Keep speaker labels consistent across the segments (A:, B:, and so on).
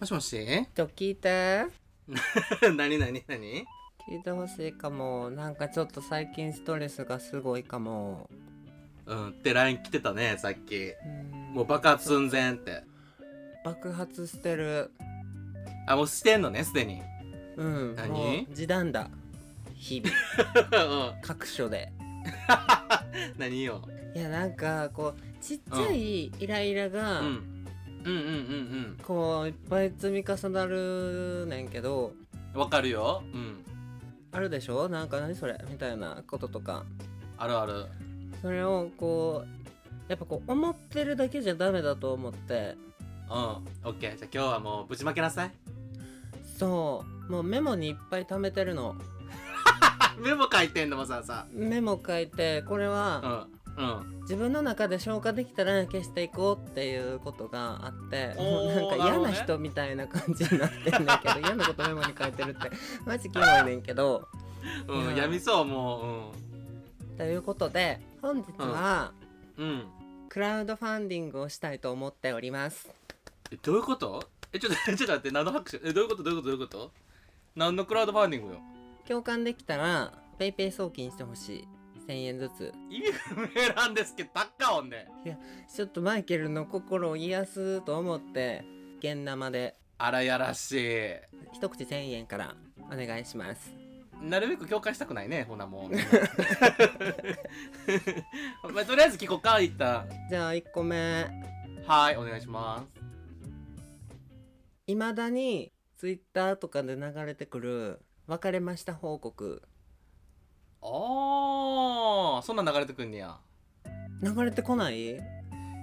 A: もしもし
B: ちょっと聞いて
A: 何何何
B: 聞いてほしいかもなんかちょっと最近ストレスがすごいかも
A: うんって LINE 来てたね、さっき。
B: うん
A: もう爆発寸前って。
B: 爆発してる
A: あ、もうしてんのね、すでに。
B: うん
A: 何
B: もう時短だ日々
A: うん
B: 各所で
A: 何よ。
B: いやなんかこうちっちゃいイライラ
A: う
B: が、
A: ん。うんうんうん
B: こういっぱい積み重なるねんけど
A: うん。わかるよ。うん。
B: あるでしょなんか何それみたいなこととか
A: あるある。
B: それをこうやっぱこう思ってるだけじゃダメだと思って
A: うん。オッケー。じゃあ今日はもうぶちまけなさい。
B: そうもうメモにいっぱい貯めてるの
A: あ、メモ書いてんのもささ。
B: メモ書いてこれ
A: うん。
B: は
A: うん。
B: 自分の中で消化できたら消していこうっていうことがあって
A: おー
B: もうなん
A: な
B: か
A: るほ
B: 嫌
A: ど
B: な
A: ね
B: 人みたいな感じになってんだけ ど嫌なことメモに書いてるってマジキモいねんけど。
A: う。
B: うんん
A: やみそう、も
B: ということで本日は
A: う。うん。うん。
B: クラウドファンディングをしたいと思っております。
A: え、どういうことえ、ちょっと、 ちょっと待って、何の拍手え、どういうことどういうことどういうこと何のクラウドファンディングよ。
B: 共感できたらペイペイ送金してほしい1000円ずつ
A: 意味不明なんですけど、ばっかおんね。
B: ちょっとマイケルの心を癒すと思って現生で
A: あらやらしい。
B: 一口1000円からお願いします
A: なるべく共感したくないね、ほな もう。まあ、とりあえず聞こうか、一旦。
B: じゃあ1個目
A: はい、お願いします。
B: いまだにツイッターとかで流れてくる別れました報告
A: あー、そんなん流れてくんねや。
B: 流れてこない
A: い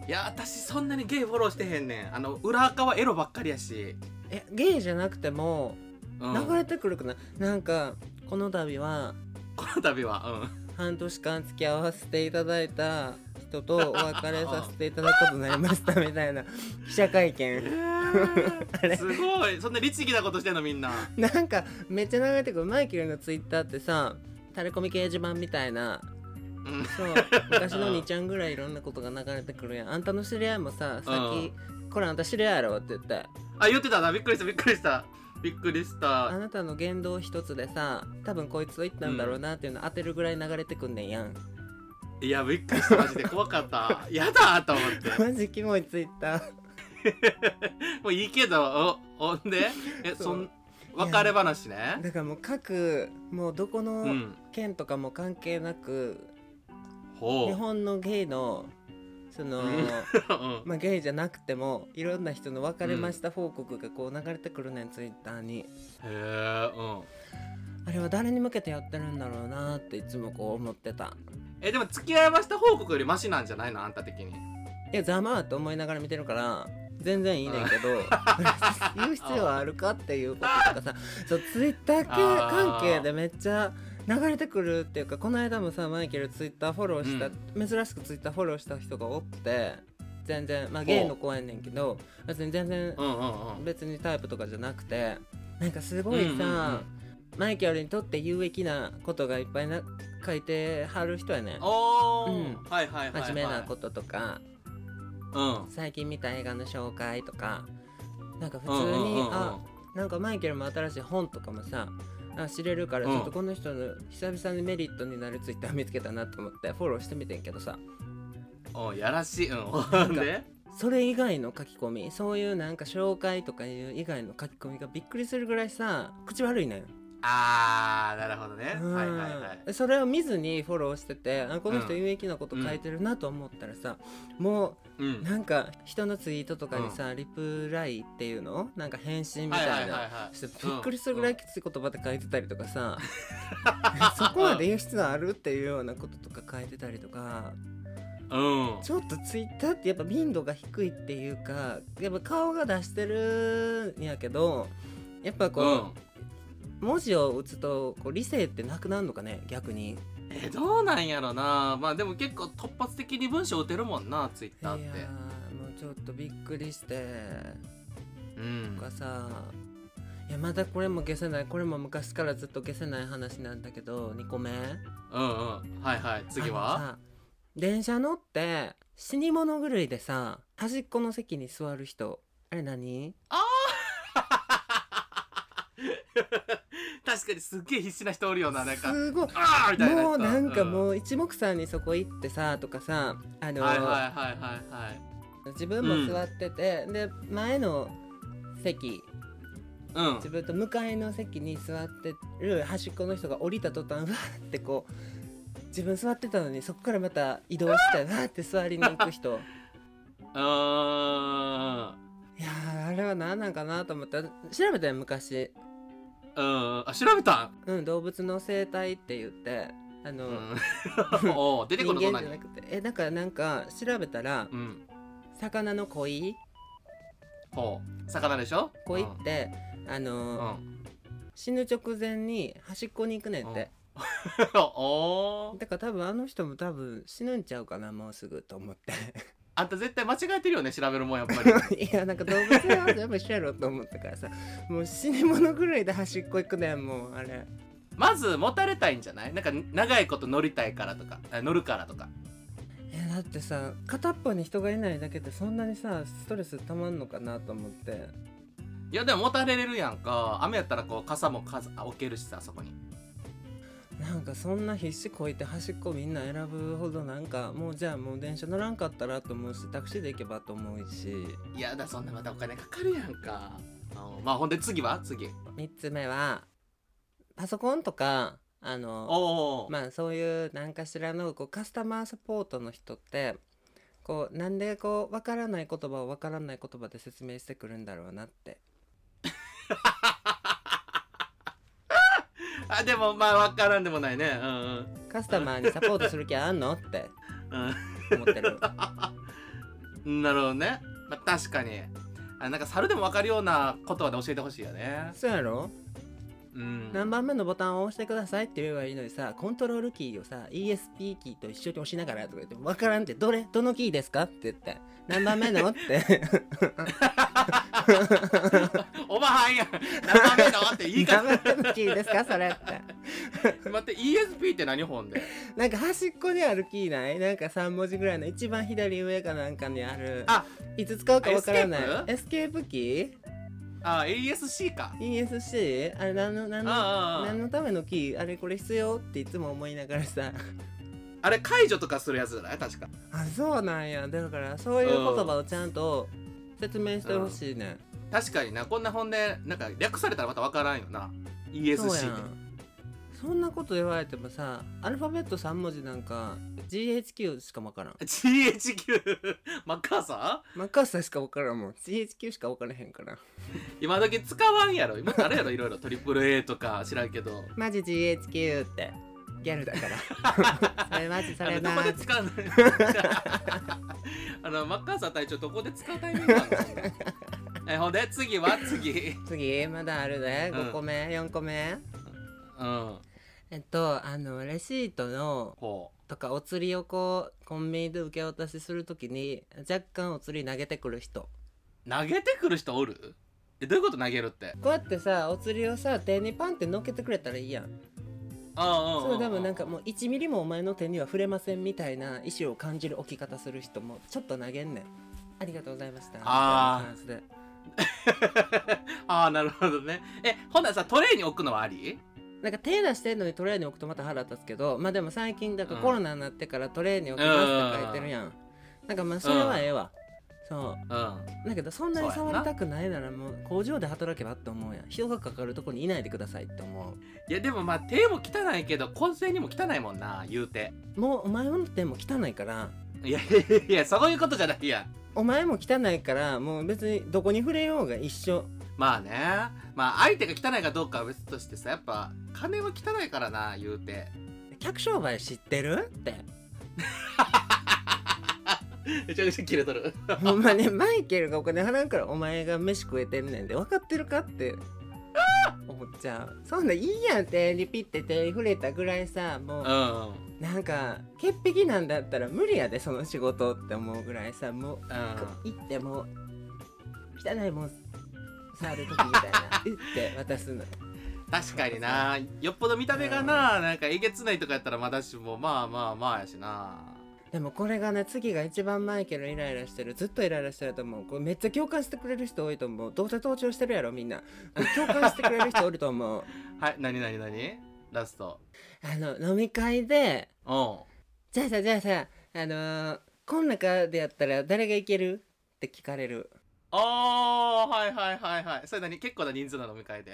A: や、私そんなにゲイフォローしてへんねん。あの、裏垢はエロばっかりやし。
B: えゲイじゃなくても
A: うん、
B: 流れてくるかな、なんかこの度は
A: この度は、
B: 半年間付き合わせていただいた人とお別れさせていただくことになりま したみたいな記者会
A: うん。
B: 見
A: え
B: あ れ
A: すごい。そんな律儀なことしてんの、みんな。
B: なんかめっちゃ流れてくるマイケルのツイッターってさタレコミ掲示板みたいな
A: うん。
B: そう昔の兄ちゃんぐらいいろんなことが流れてくるやんあんたの知り合いもささっき「これあんた知り合いやろ」って言って
A: あ、言ってたな。びっくりした、びっくりした。びっくりし
B: あ
A: た。
B: なたの言動一つでさ多分こいつと言ったんだろうなっていうの当てるぐらい流れてくんねんやん
A: いや、びっくりした。マジで怖かった。やだーと思って。
B: マジキモいツイッター
A: もういいけど、お、おんで、え、
B: そう
A: そん、別れ話ね。
B: だからもう各もうどこ
A: う
B: の
A: ん。
B: 県とかも関係なく日
A: ほう。
B: 本のゲイのその
A: うん うん
B: まあゲイじゃなくてもいろんな人の別れました報告がこう流れてくるねんツイッターに
A: へえ、うん。
B: あれは誰に向けてやってるんだろうなっていつもこう思ってた
A: え、でも付き合いました報告よりマシなんじゃないのあんた的に。
B: いやざまあと思いながら見てるから全然いいねんけど 言う必要はあるかっていうこととかさそうツイッター系
A: あー
B: 関係でめっちゃ流れてくるっていうかこの間もさマイケルツイッターフォローした、珍しくツイッターフォローした人がおって全然まあゲイの子やねんけど別に全然
A: うんうんうん。
B: 別にタイプとかじゃなくてなんかすごい
A: う
B: さ、
A: んうんうん
B: マイケルにとって有益なことがいっぱいな書いてはる人やねん
A: お
B: うん
A: ー。はいはいはいはい。
B: 真面目なこととか
A: うん。
B: 最近見た映画の紹介とかなんか普通
A: うん
B: に、
A: うんうんうん。
B: あなんかマイケルも新しい本とかもさあ知れるから
A: う
B: ち
A: ん
B: ょっとこの人の久々にメリットになるツイッター見つけたなと思ってフォローしてみてんけどさ
A: おやらしい。うん。ほんで
B: それ以外の書き込みそういうなんか紹介とかいう以外の書き込みがびっくりするぐらいさ口悪いねん
A: あー、なるほどね。
B: うん
A: はいはいはい。
B: それを見ずにフォローしててあこの人
A: うん
B: 有益なこと書いてるなと思ったらさ、も
A: う。
B: うんなんか人のツイートとかにさ、リプライっていうのなんか返信みたいな、
A: は
B: してびっくりするぐらいきつい言葉で書いてたりとかさ、
A: うん
B: そこまで言う必要あるっていうようなこととか書いてたりとか
A: うん。
B: ちょっとツイッターってやっぱ頻度が低いっていうかやっぱ顔が出してるんやけどやっぱこ
A: う
B: う、
A: ん。
B: 文字を打つとこう理性ってなくなるのかね逆に。
A: え、どうなんやろな。まあでも結構突発的に文章打てるもんな、ツイッ
B: いや
A: タ
B: ー
A: ーって。
B: もうちょっとびっくりして
A: うん
B: と。かさいやまたこれも消せないこれも昔からずっと消せない話なんだけど2個目
A: うんうんはいはい次
B: あの
A: は
B: さ電車乗って死に物狂いでさ端っこの席に座る人あれ何
A: 確かにすっげえ必死な人おるよななんか
B: すごい
A: ああみたいな
B: もうなんかも
A: う
B: う一目散にそこ行ってさとかさあの、
A: はいはいはいはいはい
B: 自分も座ってて、で前の席
A: うん
B: 自分と向かいの席に座ってる端っこの人が降りた途端うわーってこう自分座ってたのにそこからまた移動してうわーって座りに行く 人
A: あ
B: いやーあれは何なんかなと思って調べたよ昔、
A: ーうんあ調べたん
B: うん、動物の生態って言ってあの、
A: うん おう出てこ
B: 人
A: るぞ
B: 間じゃ
A: 何
B: なくてえだからなんか調べたら
A: うん
B: 魚の恋
A: ほう魚でしょ
B: 恋
A: う
B: っ
A: ん
B: て、あの
A: う
B: ー
A: ん
B: 死ぬ直前に端っこに行くねんって、
A: おー
B: だから多分あの人も多分死ぬんちゃうかなもうすぐと思って
A: あんた絶対間違えてるよね調べるもんやっぱり
B: いやなんか動物園は全部一緒やろと思ったからさもう死に物狂いで端っこ行くねんもうあれ
A: まず持たれたいんじゃないなんか長いこと乗りたいからとかあ乗るからとか
B: えだってさ片っぽに人がいないだけでそんなにさストレスたまんのかなと思って
A: いやでも持たれれるやんか雨やったらこう傘も数あ置けるしさそこに
B: なんかそんな必死こいて端っこみんな選ぶほどなんかもうじゃあもう電車乗らんかったらと思うしタクシーで行けばと思うし
A: いやだそんなまたお金かかるやんかあまあほんで次は次
B: 3つ目はパソコンとかあの
A: おお、
B: まあそういう何かしらのこうカスタマーサポートの人ってこうなんでこう分からない言葉を分からない言葉で説明してくるんだろうなって
A: あでもまあわからんでもないねうん
B: カスタマーにサポートする気あんのって
A: うん
B: 思ってる
A: うんなるほどね、まあ、確かにあなんか猿でもわかるような言葉で教えてほしいよね
B: そうやろ
A: うん
B: 何番目のボタンを押してくださいって言えばいいのにさコントロールキーをさ ESP キーと一緒に押しながらとか言って分からんってどれどのキーですかって言って何番目のって
A: おばはんや生目だわって言い方
B: 何番目のキーですかそれって
A: 待って ESP って何本で
B: なんか端っこにあるキーないなんか3文字ぐらいの一番左上かなんかにある
A: あ
B: いつ使うかわからない
A: あ
B: エスケープキ
A: あ ASC か
B: ー ?ESC? あれ何の何の
A: ああああ
B: 何のためのキーあれこれ必要っていつも思いながらさ
A: あれ解除とかするやつじゃない確か
B: あそうなんやだからそういう言葉をちゃんと説明してほしいね
A: 確かになこんな本でなんか略されたらまたわからんよな
B: そうや
A: ESC って
B: んそんなこと言われてもさアルファベット3文字なんか GHQ しかわからん
A: GHQ マッカーサー
B: マッカーサーしかわからんもん GHQ しかわからへんから
A: 今だけ使わんやろ今あるやろいろいろ AAA とか知らんけど
B: マジ GHQ ってギャルだから それマジそ
A: あ
B: れ
A: のどこ
B: な
A: で使うの あのマッカーサー隊長どこで使うタイミングなの そんなえほんで次は次
B: 次まだあるね
A: うん
B: 5個目、4個目
A: うん
B: えっとあのレシートの
A: こと
B: かお釣りをこうコンビニで受け渡しするときに若干お釣り投げてくる人
A: う投げてくる人おるえどういうこと投げるって
B: こうやってさお釣りをさ手にパンって乗っけてくれたらいいやん
A: ああ
B: それ多分なんかもう1ミリもお前の手には触れませんみたいな意思を感じる置き方する人もちょっと投げんねんありがとうございました
A: あー
B: みたいな感じで
A: ああなるほどねえほんならさトレイに置くのはあり
B: なんか手出してんのにトレーに置くとまた腹立つけどまあでも最近だからコロナになってからトレーに置きますって書いてるやん、なんかまあそれはええわ、
A: うん
B: そうだけどそんなに
A: そう
B: 触
A: や
B: り
A: な
B: たくないならもう工場で働けばって思うやん人がかかるとこにいないでくださいって思
A: いやでもまあ手も汚いけど混成にも汚いもんな言うて
B: うもうお前の手も汚いから
A: いやいやいやそういうことじゃないやん
B: お前も汚いからもう別にどこに触れようが一緒
A: まあねまあ相手が汚いかどうかは別としてさやっぱ金は汚いからな言うて
B: 客商売知ってるって
A: めちゃめちゃ切れとる
B: ほんまねマイケルがお金払うからお前が飯食えてんねんで分かってるかって思っちゃうそんなんいいやん手にピッて手に触れたぐらいさ
A: う
B: もうんなんか潔癖なんだったら無理やでその仕事って思うぐらいさもう
A: うん
B: 行ってもう汚いもん触る時みたいなうって渡すの
A: 確かになよっぽど見た目がななんかえげつないとかやったらまだしもまあまあまあやしな
B: でもこれがね次が一番マイケルイライラしてるずっとイライラしてると思うこれめっちゃ共感してくれる人多いと思うどうせ盗聴してるやろみんな共感してくれる人おると思う
A: はい何何何ラスト
B: あの飲み会で
A: おう
B: じゃあさじゃあさあのー、こん中でやったら誰がいけるって聞かれる
A: あーはいはいはいはいそれ何結構な人数の飲み会で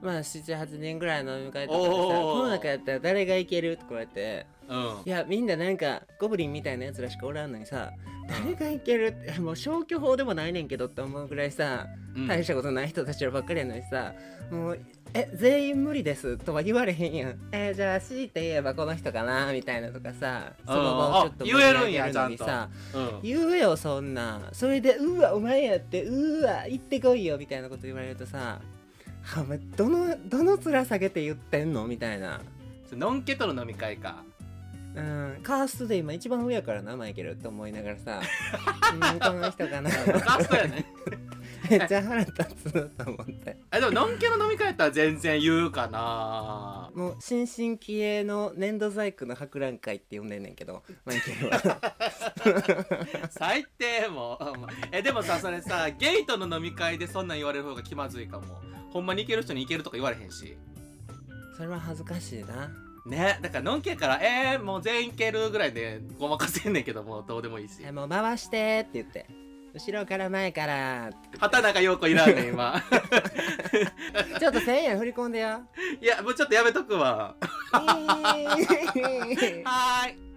B: まあ78人ぐらいの飲み会とかでさ
A: おー
B: この中やったら誰がいけるってこうやって
A: うん
B: いやみんななんかゴブリンみたいなやつらしかおらんのにさ誰がいけるってもう消去法でもないねんけどって思うぐらいさ
A: うん
B: 大したことない人たちらばっかりやのにさもう「え全員無理です」とは言われへんやんえじゃあ強いて言えばこの人かなみたいなとかさその場をちょっと
A: あ言えるんや
B: 盛り上げるのに
A: ちゃ
B: さ
A: うん
B: 言うよそんなんそれで「うわお前やってうわ行ってこいよ」みたいなこと言われるとさ「はめどのどの面下げて言ってんの?」みたいな。
A: それノンケとの飲み会か
B: うん、カーストで今一番上やからなマイケルって思いなが らさ「うんこの人かな」
A: カーストやね
B: めっちゃ腹立つなと思って
A: あでもノンケの飲み会やったら全然言うかな
B: もう新進気鋭の粘土細工の博覧会って呼んでんねんけどマイケルは
A: 最低も うえでもさそれさゲイとの飲み会でそんなん言われる方が気まずいかもほんまに行ける人に行けるとか言われへんし
B: それは恥ずかしいな
A: ねだからのんけやからえー、もう全員行けるぐらいでごまかせんねんけどもうどうでもいいし
B: えもう回してって言って後ろから前から
A: 畑中陽子いらんねん今
B: ちょっと1000円振り込んでよ
A: いやもうちょっとやめとくわ
B: えー
A: はーい